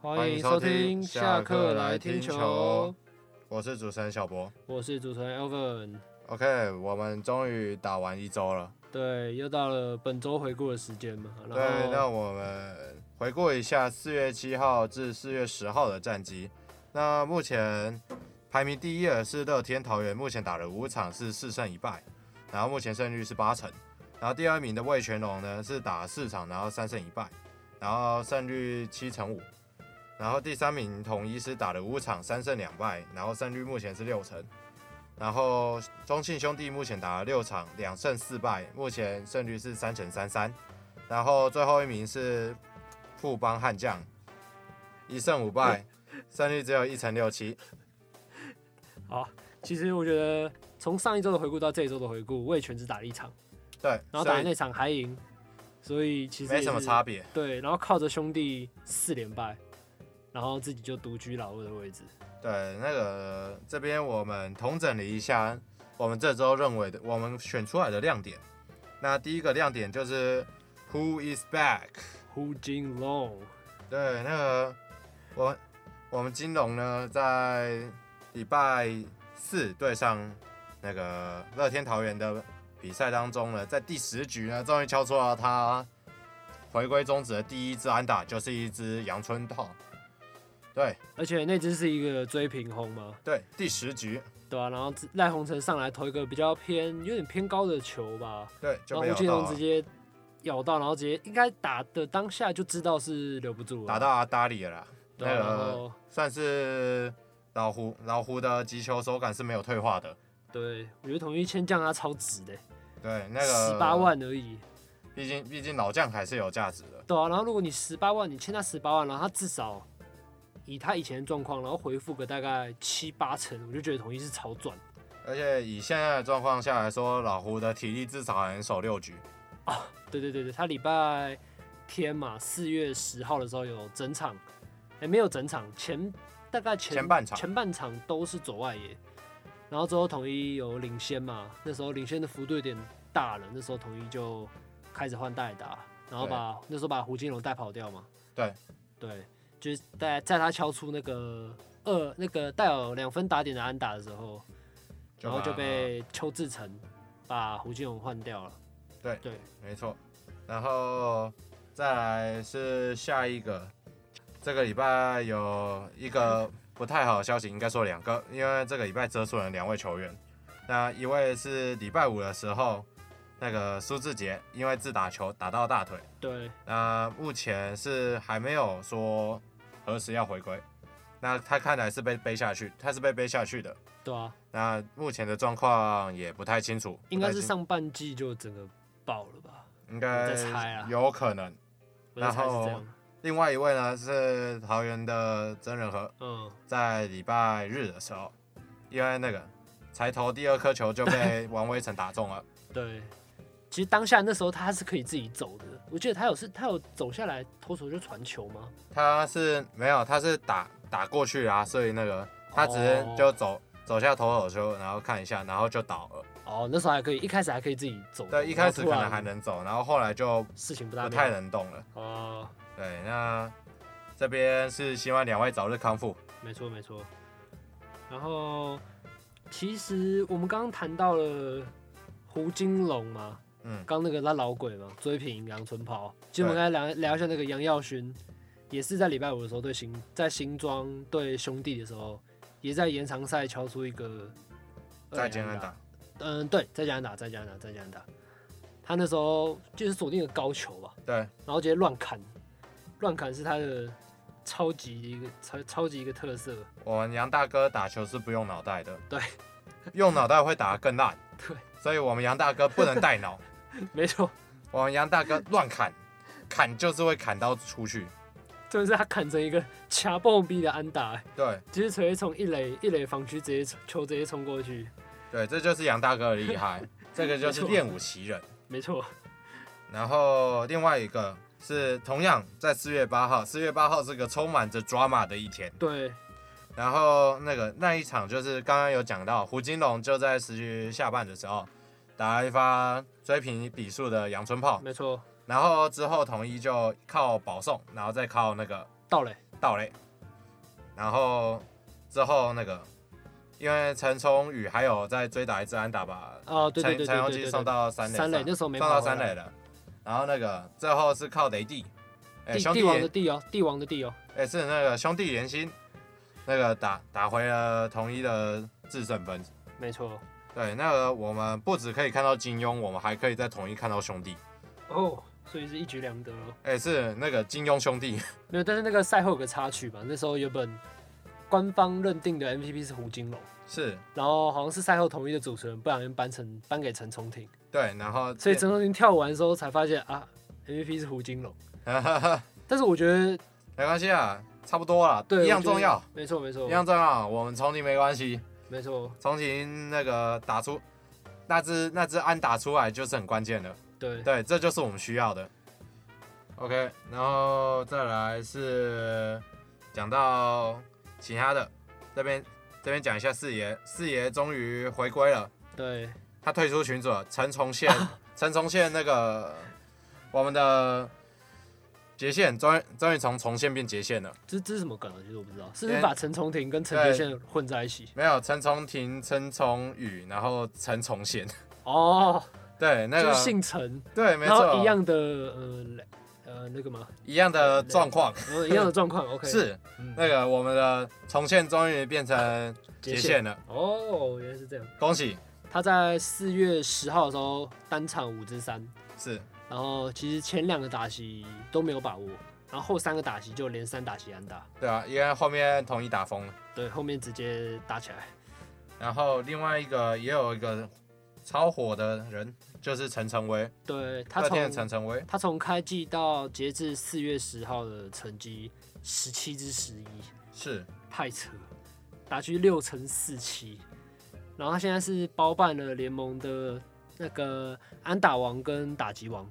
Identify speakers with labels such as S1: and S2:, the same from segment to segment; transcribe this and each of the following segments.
S1: 欢迎收听，下课来听球。
S2: 我是主持人小博。
S1: 我是主持人 Elvin。
S2: OK，我们终于打完一周了。
S1: 对，又到了本周回顾的时间嘛。然
S2: 对，那
S1: 后
S2: 我们回顾一下四月七号至四月十号的战绩。那目前排名第一的是乐天桃园，目前打了五场是四胜一败，然后目前胜率是八成。然后第二名的魏全龙呢是打四场，然后三胜一败，然后胜率七成五。然后第三名统一是打了五场，三胜两败，然后胜率目前是六成。然后中信兄弟目前打了六场，两胜四败，目前胜率是三成三三。然后最后一名是富邦悍将，一胜五 败，胜率只有一成六七。
S1: 好，其实我觉得从上一周的回顾到这一周的回顾，我也全只打了一场，
S2: 对，
S1: 然后打
S2: 所
S1: 的
S2: 以
S1: 那场还赢，所以其实
S2: 没
S1: 也
S2: 什么
S1: 是
S2: 差别。
S1: 对，然后靠着兄弟四连败，然后自己就独居老二的位置。
S2: 对，那个这边我们统整了一下，我们这周认为的，我们选出来的亮点。那第一个亮点就是 Who is back？
S1: Hu Jin Long，
S2: 对，那个我我们金融呢，在礼拜四对上那个乐天桃园的比赛当中呢，在第十局呢，终于敲出了他回归中止的第一支安打，就是一支阳春炮。对
S1: 而且那只是一个追平轰嘛，
S2: 对，第十局
S1: 对啊，然后自赖鸿成上来投一个比较偏有点偏高的球吧，
S2: 对
S1: 然
S2: 就
S1: 后
S2: 被
S1: 吴
S2: 咬
S1: 金
S2: 到
S1: 龙
S2: 啊
S1: 直接咬到，然后直接应该打的当下就知道是留不住了，
S2: 打到阿达里了啦，
S1: 对啊、
S2: 那
S1: 然
S2: 个
S1: 后
S2: 算是老胡老胡的击球手感是没有退化的。
S1: 对，我觉得统一签将他超值的，
S2: 对，那个
S1: 十八，万而已，
S2: 毕竟毕竟老将还是有价值的。
S1: 对啊，然后如果你十八万，你欠他十八万，然后他至少以他以前的状况，然后回复个大概七八成，我就觉得统一是超赚。
S2: 而且以现在的状况下来说，老胡的体力至少还能守六局。
S1: 对对对对，他礼拜天嘛，四月十号的时候有整场，哎、没有整场，前大概前
S2: 前半场
S1: 前半场都是左外野，然后之后统一有领先嘛，那时候领先的幅度有点大了，那时候统一就开始换代打，然后把那时候把胡金龙带跑掉嘛，
S2: 对
S1: 对，就是在在他敲出那个二那个带有两分打点的安打的时候，然后
S2: 把
S1: 就被邱志成把胡金龙换掉了，
S2: 对
S1: 对。
S2: 没错，然后再来是下一个，这个礼拜有一个不太好的消息，应该说两个，因为这个礼拜折损了两位球员。那一位是礼拜五的时候，那个苏志杰因为自打球打到大腿，
S1: 对，
S2: 那目前是还没有说何时要回归。那他看来是被背下去，他是被背下去的。
S1: 对啊，
S2: 那目前的状况也不太清楚，
S1: 应该是
S2: 不太清
S1: 上半季就整个爆了吧？
S2: 应该
S1: 我在猜啊
S2: 有可能。
S1: 我在猜是
S2: 然后
S1: 这样。
S2: 另外一位呢是桃园的曾仁和，
S1: 嗯，
S2: 在礼拜日的时候，因为那个才投第二颗球就被王威成打中了。
S1: 对。其实当下那时候他是可以自己走的，我记得他有是，他有走下来投手就传球吗？
S2: 他是没有，他是打打过去啊，所以那个他只是
S1: 哦
S2: 就走、走下投手球，然后看一下，然后就倒了。
S1: 哦，那时候还可以，一开始还可以自己走。
S2: 对，一开始可
S1: 然后突
S2: 能
S1: 然
S2: 还能走，然后后来就
S1: 事情不大
S2: 不太
S1: 妙
S2: 能动了。
S1: 哦，
S2: 对，那这边是希望两位早日康复。
S1: 没错没错。然后其实我们刚刚谈到了胡金龙嘛，
S2: 嗯
S1: 刚那个他老鬼嘛，追平杨春炮。其实我们刚才聊聊一下那个杨耀勋，也是在礼拜五的时候对新在新庄对兄弟的时候，也在延长赛敲出一个呃
S2: 再见，安打。。
S1: 嗯，对，在加拿大，在加拿大，在加拿大。他那时候就是锁定了高球吧，
S2: 对，
S1: 然后直接乱砍，乱砍是他的超级一个超超级一个特色。
S2: 我们杨大哥打球是不用脑袋的，
S1: 对，
S2: 用脑袋会打得更烂，
S1: 对，
S2: 所以我们杨大哥不能带脑，
S1: 没错，
S2: 我们杨大哥乱砍，砍就是会砍到出去，
S1: 真的是他砍成一个掐蹦逼的安打、 欸，
S2: 对
S1: 就是直接从一垒一垒防区直接球直接冲过去，
S2: 对，这就是杨大哥的厉 害，这个就是
S1: 没错
S2: 练武奇人。
S1: 没错，
S2: 然后另外一个是同样在四月八号，四月八号是个充满着 drama 的一天，
S1: 对
S2: 然后那个那一场就是刚刚有讲到，胡金龙就在时局下半的时候打了一发追平比数的阳春炮，
S1: 没错，
S2: 然后之后统一就靠保送，然后再靠那个
S1: 到嘞、
S2: 到嘞。然后之后那个，因为陈聪宇还有在追打一支安打吧，
S1: 哦，对对
S2: 陈
S1: 对对
S2: 陈
S1: 对
S2: 宏
S1: 对
S2: 基
S1: 对，
S2: 送到三垒上，
S1: 三垒那时候没
S2: 送
S1: 跑啊
S2: 到
S1: 回来
S2: 三垒了。然后那个最后是靠雷帝，哎、
S1: 帝
S2: 兄弟
S1: 帝王的
S2: 连
S1: 帝哦，帝王的帝哦，
S2: 哎、是那个兄弟连心，那个打打回了同一的制胜分。
S1: 没错。
S2: 对，那个我们不只可以看到金庸，我们还可以在统一看到兄弟。
S1: 哦，所以是一举两得哦。
S2: 哎、是那个金庸兄弟，
S1: 没有，但是那个赛后有个插曲吧，那时候原本官方认定的 MVP 是胡金龙，
S2: 是
S1: 然后好像是赛后同意的主持人不小心颁成颁给陈崇廷，
S2: 对，然后
S1: 所以 陈崇廷跳完之后才发现啊，MVP 是胡金龙。
S2: 没
S1: 但是我觉得
S2: 关系啊，差不多啦，
S1: 对
S2: 一样
S1: 我觉得
S2: 重要，
S1: 没错没错
S2: 一样重要，我们重庆没关系。
S1: 没错，
S2: 重庆那个打出那只那只安打出来就是很关键的，
S1: 对，
S2: 对，这就是我们需要的。OK，然后再来是讲到其他的，这边这边讲一下四爷，四爷终于回归了，
S1: 对，
S2: 他退出群组了，陈崇 宪，陈崇宪那个我们的杰线终于终于从重线变杰线了。
S1: 这这是什么梗啊？其实我不知道，是不
S2: 因
S1: 是
S2: 为
S1: 把陈崇廷跟陈杰宪混在一起？
S2: 没有陈崇廷、陈崇宇，然后陈崇贤，
S1: 哦，
S2: 对，那
S1: 就
S2: 个
S1: 是姓陈，
S2: 对，没
S1: 然后
S2: 错，
S1: 一样的呃嘞呃那个嘛，
S2: 一样的状况
S1: 呃一样的状况。OK，
S2: 是
S1: 嗯
S2: 那个我们的重现终于变成
S1: 杰
S2: 结
S1: 宪
S2: 线了，
S1: 哦，原来是这样。
S2: 恭喜！
S1: 他在四月十号的时候单场五支三，
S2: 是
S1: 然后其实前两个打席都没有把握，然后后三个打席就连三打席安打，
S2: 对啊，因为后面统一打疯了，
S1: 对，后面直接打起来。
S2: 然后另外一个也有一个超火的人，就是陈晨威，
S1: 对他
S2: 乐天的
S1: 从
S2: 陈晨威，
S1: 他从开季到截至四月十号的成绩十七支十一，
S2: 是
S1: 太扯，打去六乘四七，然后他现在是包办了联盟的那个安打王跟打击王，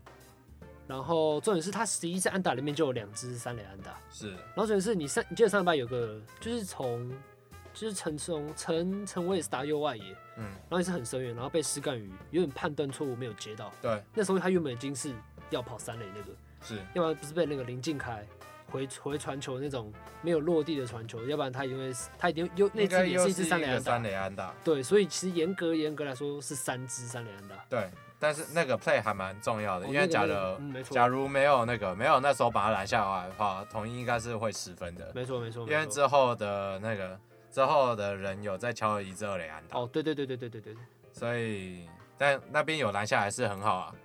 S1: 然后重点是他十一支安打里面就有两支是三垒安打，
S2: 是
S1: 然后重点是你上你记得上礼拜有个就是从就是陈松陈陈威也是打右外野，
S2: 嗯
S1: 然后也是很深远，然后被施干宇有点判断错误没有接到，
S2: 对
S1: 那时候他原本已经是要跑三垒那个，
S2: 是
S1: 要不然不是被那个林敬凯回回传球那种没有落地的传球，要不然他一定会他一定又那
S2: 应该
S1: 次也
S2: 又
S1: 是一
S2: 是
S1: 支
S2: 一
S1: 三垒
S2: 个
S1: 安
S2: 三
S1: 打，
S2: 垒安打，
S1: 对，所以其实严格严格来说是三支三垒安打，
S2: 对，但是那个 play 还蛮重要的，
S1: 哦
S2: 因
S1: 那
S2: 为
S1: 个
S2: 假
S1: 那个
S2: 如
S1: 嗯没
S2: 假
S1: 错，
S2: 如没有那个没有那时候把他拦下来的话，统一应该是会失分的，
S1: 没错没错，
S2: 因为
S1: 没错
S2: 之后的那个之后的人有在敲一支二垒安打，
S1: 哦对对对对对对对，
S2: 所以但那边有拦下来是很好啊。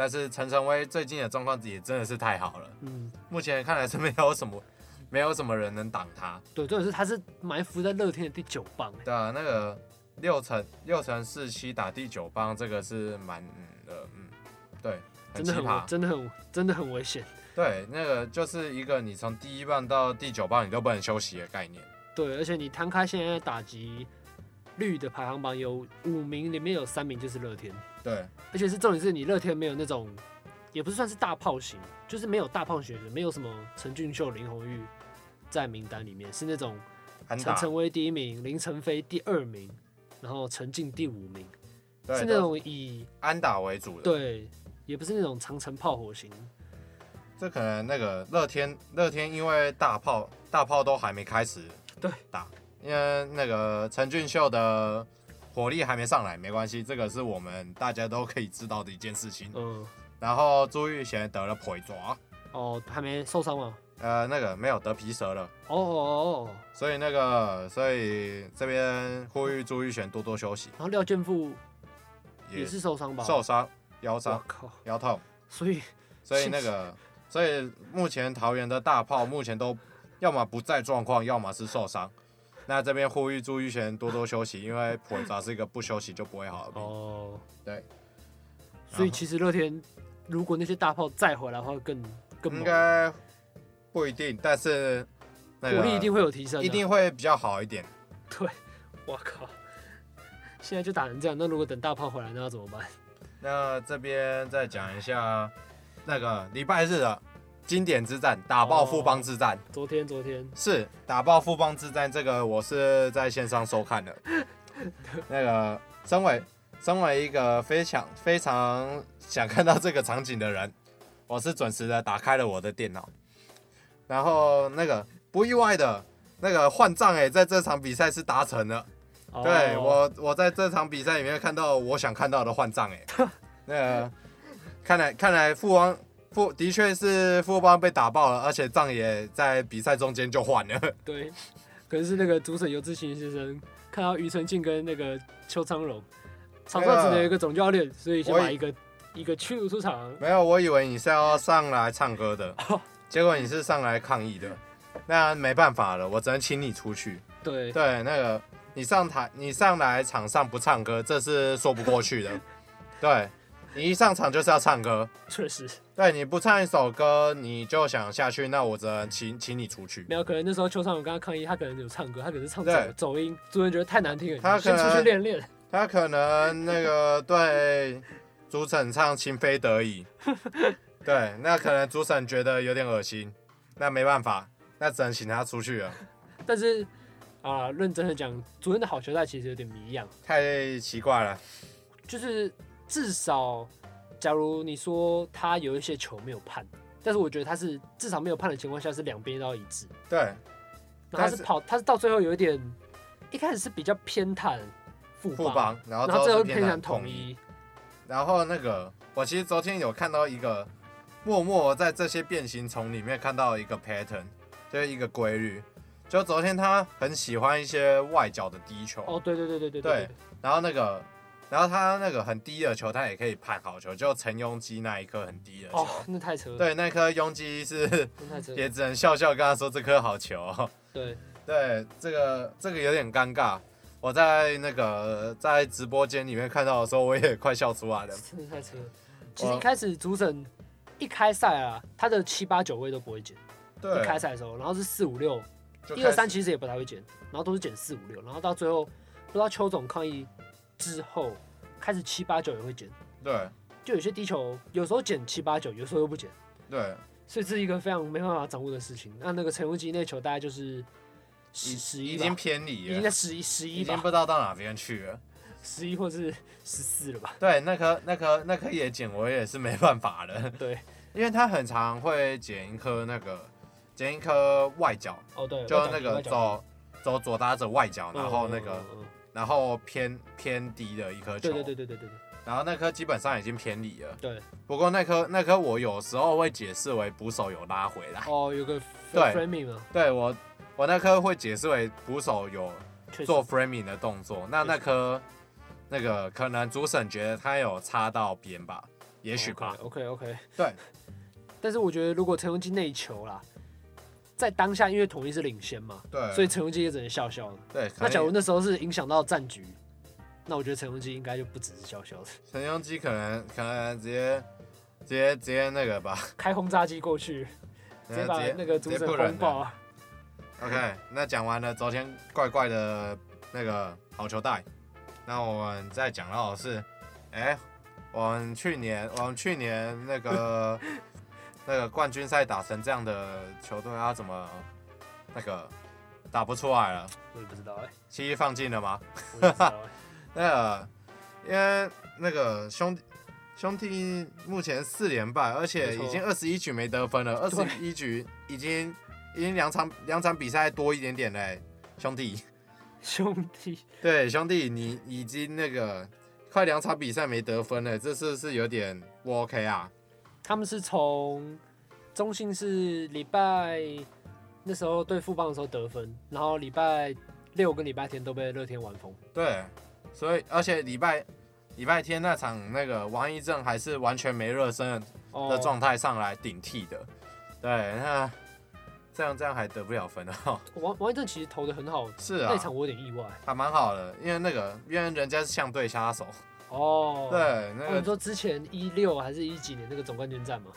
S2: 但是陈晨威最近的状况也真的是太好了，
S1: 嗯，
S2: 目前看来是没有什么没有什么人能挡他。
S1: 对，重点是他是埋伏在乐天的第九棒，哎
S2: 对啊，那个六乘六乘四七打第九棒，这个是蛮嗯呃嗯，对，很
S1: 真
S2: 奇
S1: 的很危
S2: 葩。
S1: 真的很真的很危险，
S2: 对，那个就是一个你从第一棒到第九棒你都不能休息的概念。
S1: 对，而且你摊开现在的打击率的排行榜有五名，里面有三名就是乐天。
S2: 对，
S1: 而且是重点是你乐天没有那种，也不是算是大炮型，就是没有大炮型，没有什么陈俊秀、林鸿玉在名单里面，是那种
S2: 安
S1: 陈
S2: 打，
S1: 晨威第一名，林晨飞第二名，然后陈静第五名，
S2: 对，
S1: 是那种以
S2: 安打为主的。
S1: 对，也不是那种长城炮火型，
S2: 这可能那个乐天，乐天因为大炮大炮都还没开始
S1: 对
S2: 打，因为那个陈俊秀的火力还没上来，没关系，这个是我们大家都可以知道的一件事情。
S1: 嗯，
S2: 然后朱玉贤得了腿爪，
S1: 哦，还没受伤吗？
S2: 呃，那个没有得皮蛇了，
S1: 哦哦哦，哦
S2: 所以那个所以这边呼吁朱玉贤多多休息，
S1: 然后廖健富
S2: 也
S1: 也是受伤吧？
S2: 受伤腰
S1: 我
S2: 伤
S1: 靠，
S2: 腰痛，
S1: 所以
S2: 所以那个所以目前桃园的大炮目前都要么不在状况，要么是受伤。那这边呼吁朱玉贤多多休息，因为普扎是一个不休息就不会好的病。
S1: 哦，
S2: 对，
S1: 所以
S2: 然后
S1: 其实乐天如果那些大炮再回来的话更，更
S2: 应
S1: 猛
S2: 该不一定，但是那个
S1: 火力一定会有提升、
S2: 一。定会比较好一点。
S1: 我靠，现在就打成这样，那如果等大炮回来，那要怎么办？
S2: 那这边再讲一下那个礼拜日的经典之战，打爆富邦之战。
S1: 昨天，昨天，
S2: 是打爆富邦之战，这个我是在线上收看的。 那个，身为身为一个非常非常想看到这个场景的人，我是准时的打开了我的电脑，然后那个不意外的那个换账哎，在这场比赛是达成了。
S1: 哦
S2: 对我，我在这场比赛里面看到我想看到的换账哎， 那个看来看来富邦富的确是富邦被打爆了，而且账也在比赛中间就换了。
S1: 对，可是那个主审游志勤先生看到庾澄庆跟那个邱昌荣，场上只能有一个总教练，所以先
S2: 啊我
S1: 把
S2: 以
S1: 一个一个驱逐出场。
S2: 没有，我以为你是要上来唱歌 的，
S1: 哦
S2: 结果你是上来抗议的。那没办法了，我只能请你出去。
S1: 对，
S2: 对，那个你上台，你上来场上不唱歌，这是说不过 去的。对你一上场就是要唱歌，
S1: 确实，
S2: 对你不唱一首歌你就想下去，那我只能请请你出去。
S1: 没有可能那时候邱昌荣跟他抗议，他可能有唱歌，他可能是唱走
S2: 对
S1: 走音，主任觉得太难听了，
S2: 他
S1: 你先
S2: 可
S1: 出
S2: 能
S1: 去练练。
S2: 他可能那个对主审唱《情非得已》，对，那可能主审觉得有点恶心，那没办法，那只能请他出去了。
S1: 但是啊，认真的讲，主任的好球带其实有点迷样，
S2: 太奇怪了，
S1: 就是至少，假如你说他有一些球没有判，但是我觉得他是至少没有判的情况下是两边都要一致。
S2: 对
S1: 然后他
S2: 但
S1: 是
S2: 是
S1: 跑，他是到最后有一点，一开始是比较偏袒富
S2: 副
S1: 邦，
S2: 帮，然后
S1: 然
S2: 之
S1: 后最
S2: 后
S1: 后
S2: 是
S1: 偏
S2: 偏
S1: 袒
S2: 袒
S1: 统
S2: 统一。
S1: 一。
S2: 然后那个，我其实昨天有看到一个，默默在这些变形虫里面看到一个 pattern，就是一个规律。就昨天他很喜欢一些外角的低球，
S1: 哦，对对对对对
S2: 对然后那个，然后他那个很低的球，他也可以判好球，就陈庸基那一颗很低的球，
S1: 哦，那太扯了，
S2: 对，那颗庸基是
S1: 那太扯了。
S2: 也只能笑笑跟他说这颗好球哦、
S1: 对，
S2: 对，这个这个有点尴尬。我在那个在直播间里面看到的时候，我也快笑出来了。
S1: 真的太扯了。其实一开始主审一开赛啊，他的七八九位都不会减，
S2: 对
S1: 一，开赛的时候，然后是四五六，
S2: 就
S1: 一二
S2: 开
S1: 三
S2: 始
S1: 其实也不太会减，然后都是减四五六，然后到最后不知道邱总抗议之后，开始七八九也会减，
S2: 对
S1: 就有些低球有时候减七八九，有时候又不减。
S2: 对，
S1: 所以这是一个非常没办法掌握的事情。那那个陈文基那球大概就是十十一
S2: 已
S1: 吧，
S2: 经偏离
S1: 已经在
S2: 了，
S1: 十一十一
S2: 已经
S1: 吧
S2: 不，知道到哪边去了。
S1: 十一或是十 四了吧？
S2: 对，那颗那颗那颗也捡，我也是没办法了，
S1: 对，
S2: 因为他很常会捡一颗那个捡一颗外角，
S1: 哦对，
S2: 就
S1: 外角
S2: 那
S1: 踢
S2: 个，走走左搭着外角，
S1: 外角踢
S2: 然后那个
S1: 嗯嗯嗯嗯
S2: 然后偏偏低的一颗球
S1: 对，对对对对对对，
S2: 然后那颗基本上已经偏离了。
S1: 对，
S2: 不过那颗那颗我有时候会解释为捕手有拉回来，
S1: 哦有个
S2: 对
S1: framing 嘛，
S2: 对我我那颗会解释为捕手有
S1: 确实
S2: 做 framing 的动作。那那颗那个可能主审觉得他有插到边吧，也
S1: 哦
S2: 许吧。
S1: OK OK，
S2: 对，
S1: 但是我觉得如果陈文基那一球啦，在当下因为统一是领先嘛，
S2: 对，
S1: 所以陈文基也只能笑笑了。
S2: 对，
S1: 那
S2: 可
S1: 假如
S2: 能
S1: 那时候是影响到战局，那我觉得陈文基应该就不只是笑笑的，
S2: 陈庸基可能可能直接直接直接那个吧，
S1: 开轰炸机过去，直
S2: 哎直
S1: 接
S2: 接
S1: 把那个
S2: 直
S1: 主
S2: 接
S1: 审
S2: 不
S1: 轰
S2: 忍
S1: 爆
S2: 了。
S1: 啊。
S2: OK，那讲完了昨天怪怪的那个好球带，那我们再讲到的是，哎、我们去年我们去年那个那个冠军赛打成这样的球队，他怎么那个打不出来了？
S1: 我也不知道哎、
S2: 七一放进了吗？
S1: 我也不知道哎、
S2: 那个因为那个兄弟兄弟目前四连败，而且
S1: 没错
S2: 已经二十一局没得分了，二十一局已经已经两场两场比赛多一点点嘞、兄 弟。
S1: 兄弟，
S2: 对，兄弟，你已经那个快两场比赛没得分了，这是是有点不 OK 啊。
S1: 他们是从中信是礼拜那时候对富邦的时候得分，然后礼拜六跟礼拜天都被乐天玩疯，
S2: 对，所以而且礼拜礼拜天那场那个王一正还是完全没热身
S1: 哦
S2: 的状态上来顶替的。对，那这样这样还得不了分哦。
S1: 王王一正其实投的很好，
S2: 是啊
S1: 那一，场我有点意外
S2: 还蛮好的，因为那个因为人家是相对杀手。
S1: 哦。
S2: 对，啊那
S1: 哦，你
S2: 个
S1: 说之前一六还是一几年那个总冠军战吗？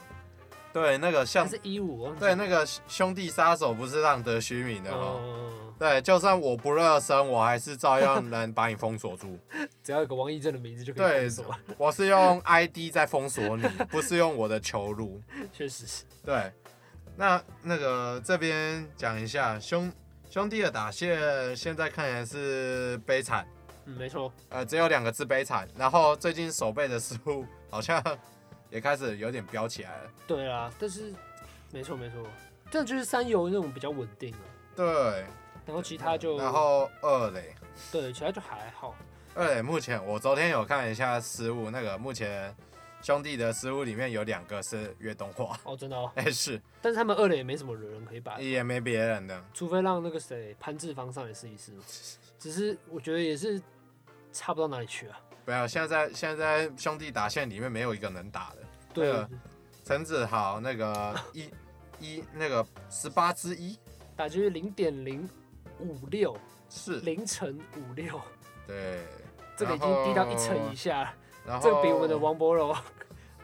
S2: 对那个
S1: 还
S2: 像
S1: 是一五？
S2: 对那个兄弟杀手不是浪得虚名的哦。
S1: 嗯，
S2: 对，就算我不热身，我还是照样能把你封锁 住。
S1: 只要有个王一正的名字就可以
S2: 对
S1: 封锁，
S2: 我是用 ID 在封锁你， 不是用我的球路。
S1: 确实是。
S2: 对，那那个这边讲一下兄兄弟的打线，现在看起来是悲惨，
S1: 嗯，没错，
S2: 呃，只有两个字悲惨。然后最近手背的失误 好像也开始有点飙起来了。
S1: 对啊，但是没错没错，这就是三游那种比较稳定了，
S2: 对，
S1: 然后其他
S2: 嗯
S1: 就
S2: 然后二垒，
S1: 对，其他就还好。
S2: 二垒目前我昨天有看一下失误，那个目前兄弟的失误里面有两个是越冬化，
S1: 哦，真的哦，
S2: 哎、是
S1: 但是他们二垒也没什么人可以摆，
S2: 也没别人的，
S1: 除非让那个谁潘志芳上来试 一试嘛。只是我觉得也是差不到哪里去啊。
S2: 没有，现在现在兄弟打线里面没有一个能打的，
S1: 对，
S2: 呃陈子豪那个一 一那个十八之一
S1: 打击率零点零五六，
S2: 是，
S1: 凌晨五六，
S2: 对，
S1: 这个已经低到一成以下了，
S2: 然后
S1: 这个比我们的王博荣。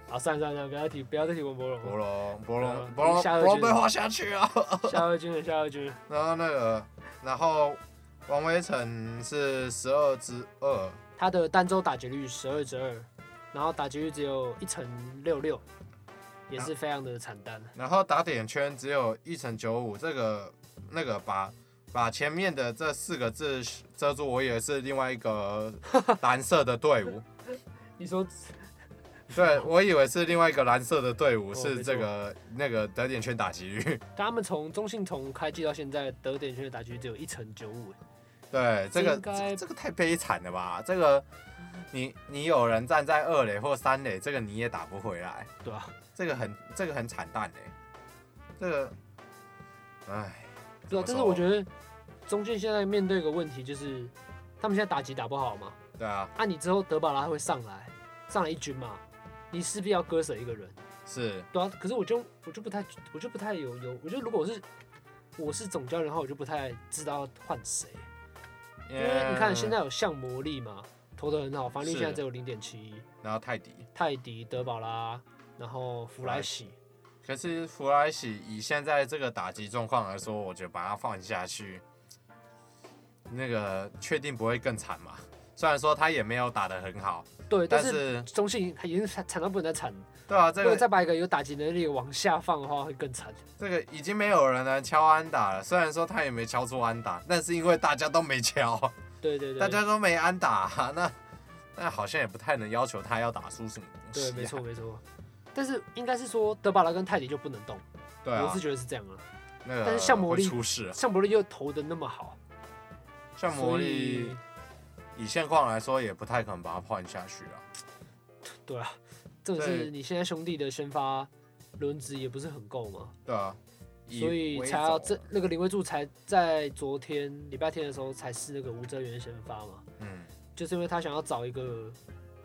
S1: 啊，算了算了，算了不要提，不要再提王博
S2: 博
S1: 荣了，
S2: 龙博龙
S1: 嗯
S2: 博龙
S1: 下
S2: 博
S1: 颚
S2: 龙
S1: 觉
S2: 被
S1: 得
S2: 画下去啊，
S1: 夏二军了，夏二军了。
S2: 然后那个然后王威成是十二之二，
S1: 他的单周打击率十二折二，然后打击率只有一乘六六，也是非常的惨淡。
S2: 然后打点圈只有一乘九五，这个那个把把前面的这四个字遮住，我以为是另外一 个蓝色的队伍，
S1: 你说
S2: 对我以为是另外一个蓝色的队伍
S1: 哦
S2: 是
S1: 没
S2: 这
S1: 错
S2: 个那个得点圈打击率，
S1: 他们从中信从开季到现在得点圈的打击率只有一乘九五，
S2: 对这个
S1: 应该嗯
S2: 这这个太悲惨了吧？这个你你有人站在二垒或三垒，这个你也打不回来，
S1: 对啊，
S2: 这个很这个很惨淡嘞、欸这个，唉，
S1: 对
S2: 怎
S1: 啊。但
S2: 么
S1: 是
S2: 说
S1: 我觉得中信现在面对一个问题就是，他们现在打击打不好嘛，
S2: 对啊，
S1: 啊，你之后德保拉会上来，上来一军嘛，你势必要割舍一个人，
S2: 是
S1: 对啊。可是我就我就不太我就不太有有，我觉得如果我是我是总教练的话，我就不太知道要换谁。
S2: 因
S1: 因为你看现在有像魔力嘛，投的很好，防御率
S2: 是
S1: 现在只有零点七一，
S2: 然后泰迪。
S1: 泰迪、德保拉，然后弗莱喜，
S2: 可是弗莱喜以现在这个打击状况来说，我觉得把他放下去，那个确定不会更惨嘛？虽然说他也没有打得很好，
S1: 对，
S2: 但
S1: 但是
S2: 是
S1: 中信已经惨惨到不能再惨，
S2: 对啊，这
S1: 如果再
S2: 个
S1: 把一个有打击能力的往下放的话，会更惨。
S2: 这个已经没有人能敲安打了。虽然说他也没敲出安打，但是因为大家都没敲，
S1: 对对对，
S2: 大家都没安打，那那好像也不太能要求他要打出什么东西、啊
S1: 对，没错，没错。但是应该是说德保拉跟泰迪就不能动，
S2: 对啊
S1: 我是，觉得是这样啊。
S2: 那个
S1: 但是像魔力
S2: 会出事啊，
S1: 像伯利又投的那么好，
S2: 像魔
S1: 所以
S2: 力以现况来说，也不太可能把他换下去了。啊
S1: 对啊，这种
S2: 对
S1: 是你现在兄弟的先发轮值也不是很够嘛。
S2: 对啊，
S1: 所以
S2: 为
S1: 才要
S2: 走啊
S1: 这那个林威柱才在昨天礼拜天的时候才是那个吴哲源先发嘛，
S2: 嗯，
S1: 就是因为他想要找一个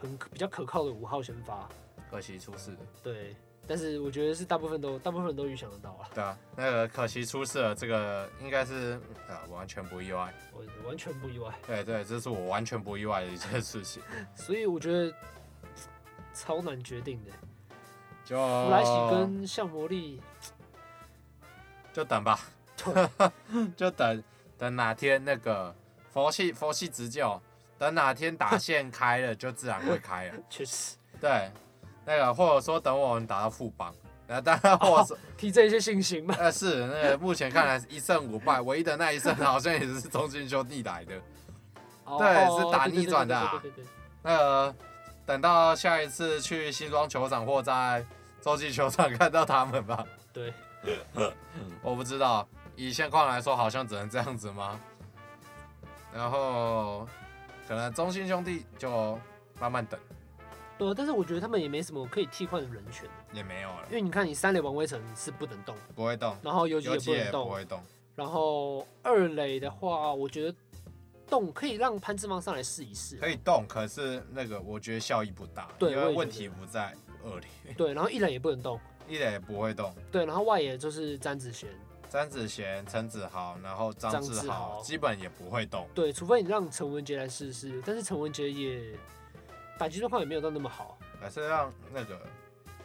S1: 很可比较可靠的五号先发，
S2: 可惜出事了。
S1: 对。但是我觉得是大部分都大部分人都预想得到啊，
S2: 对啊，那个可惜出事了，这个应该是呃完全不意外。
S1: 我完全不意外。
S2: 对对，这是我完全不意外的一件事情。
S1: 所以我觉得超难决定的，
S2: 就
S1: 弗莱喜跟向魔力，
S2: 就等吧， 就等等哪天那个佛系佛系执教，等哪天打线开了就自然会开 了。
S1: 确实
S2: 对，那个或者说等我们打到副帮，那当然或 者说。
S1: 提振一些信心嘛。
S2: 呃，是那个目前看来是一胜五败，唯一的那一胜好像也是中信兄弟来的。
S1: 哦
S2: 对是打逆转的啊
S1: 对对对对对对对
S2: 那个等到下一次去新庄球场或在洲际球场看到他们吧。
S1: 对对，
S2: 我不知道，以现况来说，好像只能这样子吗？然后可能中信兄弟就慢慢等，
S1: 对啊。但是我觉得他们也没什么可以替换的人选，
S2: 也没有了
S1: 因，为你看你三垒王威成是不能动，
S2: 不会动，
S1: 然后游击
S2: 游
S1: 也
S2: 击
S1: 不
S2: 也
S1: 能
S2: 不
S1: 动，
S2: 会动。
S1: 然后二垒的话，我觉得动可以让潘志芳上来试一试，
S2: 可以动，可是那个我觉得效益不大，
S1: 对
S2: 因
S1: 我
S2: 为
S1: 也觉
S2: 问
S1: 得
S2: 题不在二里，
S1: 对，然后一垒也不能动，
S2: 一垒也不会动。
S1: 对，然后外野就是詹子贤，
S2: 詹子贤、陈子豪，然后张
S1: 张
S2: 志
S1: 志
S2: 豪
S1: 豪
S2: 基本也不会动，
S1: 对，除非你让陈文杰来试试，但是陈文杰也打击状况也没有到那么好
S2: 还是让那个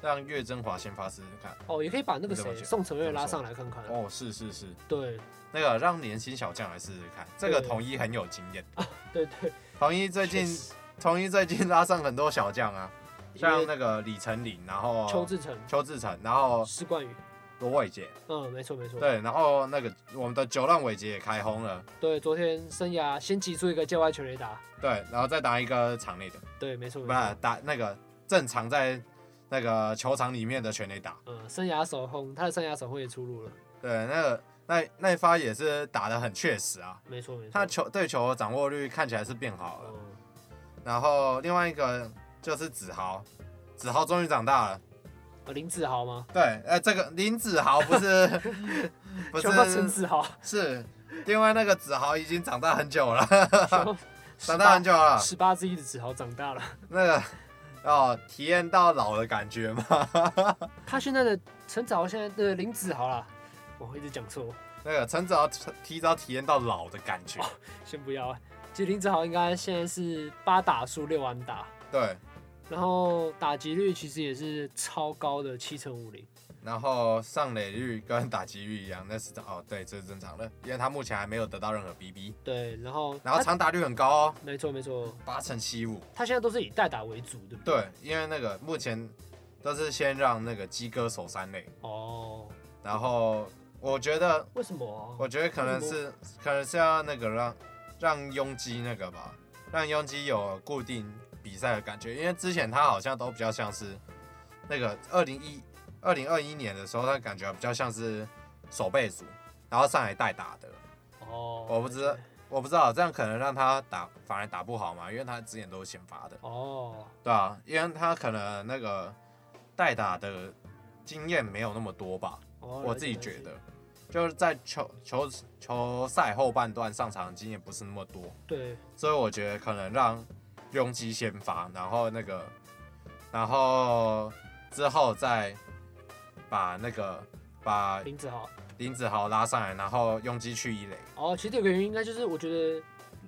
S2: 让岳振华先发试试看。
S1: 哦，也可以把那个
S2: 你怎么
S1: 谁
S2: 觉得
S1: 宋承
S2: 怎
S1: 瑞
S2: 么
S1: 拉
S2: 说
S1: 上来看看，
S2: 哦，是是是，
S1: 对
S2: 那个让年轻小将来试试看，这个
S1: 对
S2: 统一很有经验。
S1: 对对，
S2: 统一最近
S1: 确实
S2: 统一最近拉上很多小将啊，像
S1: 因为
S2: 那个李成林，然后
S1: 邱志成、
S2: 邱志成，然后
S1: 施冠宇，
S2: 罗伟杰，
S1: 嗯，没错没错，
S2: 对，然后那个我们的九浪伟杰也开轰了，
S1: 对，昨天生涯先击出一个界外全垒打，
S2: 对，然后再打一个场内的，
S1: 对，没错
S2: 不
S1: 没
S2: 是
S1: 错，
S2: 打那个正常在那个球场里面的全垒打。
S1: 呃嗯，生涯首轰，他的生涯首轰也出炉了，
S2: 对，那个那那一发也是打得很确实啊，
S1: 没错没错。
S2: 他球啊对球的掌握率看起来是变好了。
S1: 嗯
S2: 然后另外一个就是子豪，子豪终于长大了。
S1: 呃林子豪吗？
S2: 对，呃，这个林子豪不 是不
S1: 全部陈
S2: 是
S1: 子豪，
S2: 是，另外那个子豪已经长大很久了，
S1: 全部
S2: 长大很久了。
S1: 十八之一的子豪长大了。
S2: 那个哦，体验到老的感觉嘛。
S1: 他现在的陈子豪现在的林子豪啦，我一直讲错，
S2: 那个陈子豪提提早体验到老的感觉。
S1: 先不要啊。其实林子豪应该现在是八打数六安打，
S2: 对，
S1: 然后打击率其实也是超高的七成五零。
S2: 然后上垒率跟打击率一样，那是哦，对，这是正常的，因为他目前还没有得到任何 BB，
S1: 对，然后
S2: 然后
S1: 他
S2: 长打率很高哦，
S1: 没错没错，
S2: 八成七五。
S1: 他现在都是以代打为主，对不对？
S2: 对，因为那个目前都是先让那个鸡哥守三垒，
S1: 哦，
S2: 然后我觉得，
S1: 为什么、啊？
S2: 我觉得可能是可能是要那个让让拥挤那个吧，让拥挤有固定比赛的感觉，因为之前他好像都比较像是那个二零一二零二一年的时候，他感觉比较像是守备组，然后上来代打的。
S1: 哦，
S2: 我不知道我不知道，这样可能让他打反而打不好嘛，因为他之前都是先发的。
S1: 哦，
S2: 对啊，因为他可能那个代打的经验没有那么多吧，
S1: 哦
S2: 我自己觉，得，就是在球球球赛后半段上场的经验不是那么多，
S1: 了解了解对，
S2: 所以我觉得可能让拥挤先发，然后那个，然后之后再把那个把
S1: 林子豪。
S2: 林子豪拉上来，然后拥挤去一垒，
S1: 哦，其实这个原因应该就是我觉得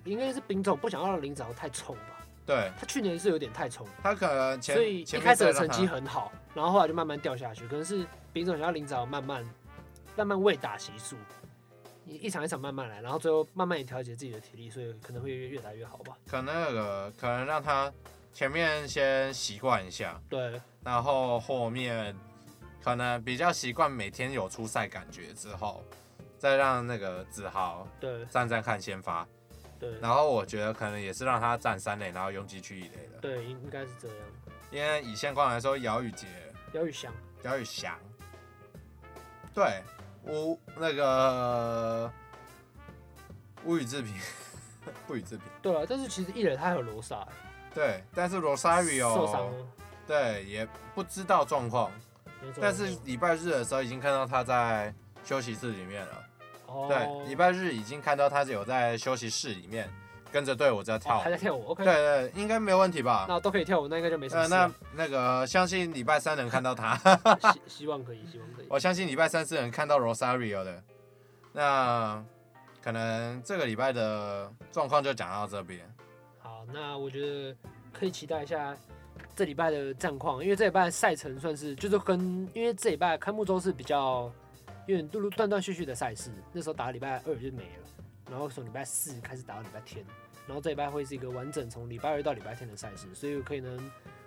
S1: 应该是丙总不想要让林子豪太冲吧，
S2: 对
S1: 他去年是有点太冲，
S2: 他可能前
S1: 所以一
S2: 前
S1: 开
S2: 面
S1: 始
S2: 再
S1: 的
S2: 让
S1: 成
S2: 他
S1: 绩很好，然后后来就慢慢掉下去，可能是丙总想要林子豪慢慢慢慢喂打习数。一一场一场慢慢来，然后最后慢慢也调节自己的体力，所以可能会越越来越好吧。
S2: 可能那个可能让他前面先习惯一下。
S1: 对，
S2: 然后后面可能比较习惯每天有出赛感觉之后，再让那个子豪
S1: 对，
S2: 站站看先发，
S1: 对，
S2: 然后我觉得可能也是让他站三垒，然后拥挤去一垒的，
S1: 对，应应该是这样。
S2: 因为以现况来说，姚宇杰、
S1: 姚宇翔，
S2: 姚宇翔，对，吴那个吴宇 志平，吴宇志平，
S1: 对啊，但是其实艺人他还有罗萨、
S2: 对，但是罗莎
S1: 欸，
S2: 鱼
S1: 受伤
S2: 哦，
S1: 了，
S2: 对，也不知道状况，
S1: 没错
S2: 但是
S1: 没错
S2: 礼拜日的时候已经看到他在休息室里面了。
S1: 哦，
S2: 对，礼拜日已经看到他有在休息室里面跟着队伍在跳
S1: 哦
S2: 舞。
S1: 还在跳舞，OK，
S2: 对对，应该没问题吧？
S1: 那都可以跳舞，那应该就没什么
S2: 呃，
S1: 事了
S2: 那。那个，相信礼拜三能看到他，
S1: 希希望可以，希望可以。
S2: 我相信礼拜三是能看到 Rosario 的。那可能这个礼拜的状况就讲到这边。
S1: 好，那我觉得可以期待一下这礼拜的战况，因为这礼拜的赛程算是就是跟因为这礼拜开幕周是比较有点断断断续续的赛事，那时候打礼拜二就没了，然后从礼拜四开始打到礼拜天，然后这礼拜会是一个完整从礼拜二到礼拜天的赛事，所以可以能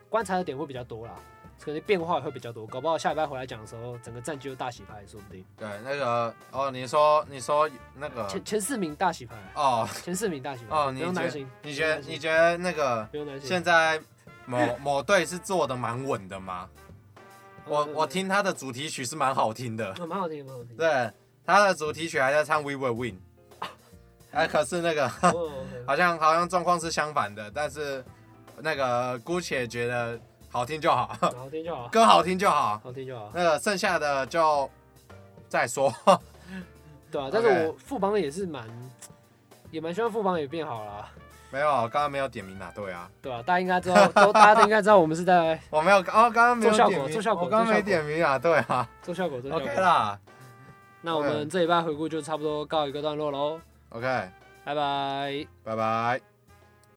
S1: 观察的点会比较多啦。可能变化也会比较多，搞不好下礼拜回来讲的时候，整个战绩又大洗牌，说不定
S2: 对，那个哦，你说你说那个
S1: 前前四名大洗牌，
S2: 哦
S1: 前四名大洗牌，
S2: 啊哦，
S1: 不
S2: 你
S1: 用担
S2: 觉
S1: 心，
S2: 你
S1: 不
S2: 觉
S1: 用
S2: 得
S1: 担心
S2: 你觉得那个
S1: 不用担心。
S2: 现在某某队是做的蛮稳的吗？我
S1: 嗯
S2: 我，听他的主题曲是蛮好听的，
S1: 嗯蛮好听，蛮好听。
S2: 对，他的主题曲还在唱 We Will Win，哎、可是那个
S1: 哦，OK
S2: 好像好像状况是相反的，但是那个姑且觉得好听就好，
S1: 好听就好，
S2: 歌好听就好，
S1: 好听就好。
S2: 那个剩下的就再说。
S1: 对啊
S2: OK，
S1: 但是我副帮也是蛮，也蛮希望副帮也变好啦。
S2: 没有，刚刚没有点名哪队啊？
S1: 对啊，大家应该知道， 都大家都应该知道我们是在
S2: 我没有，哦，刚刚没有
S1: 做效
S2: 点
S1: 果
S2: 名，
S1: 做效果
S2: 我刚刚没
S1: 做效
S2: 点名哪队啊
S1: 做效果，做效
S2: ？OK
S1: 果。
S2: 啦
S1: 那我们这一半回顾就差不多告一个段落喽，
S2: ，OK，
S1: 拜拜。
S2: 拜拜。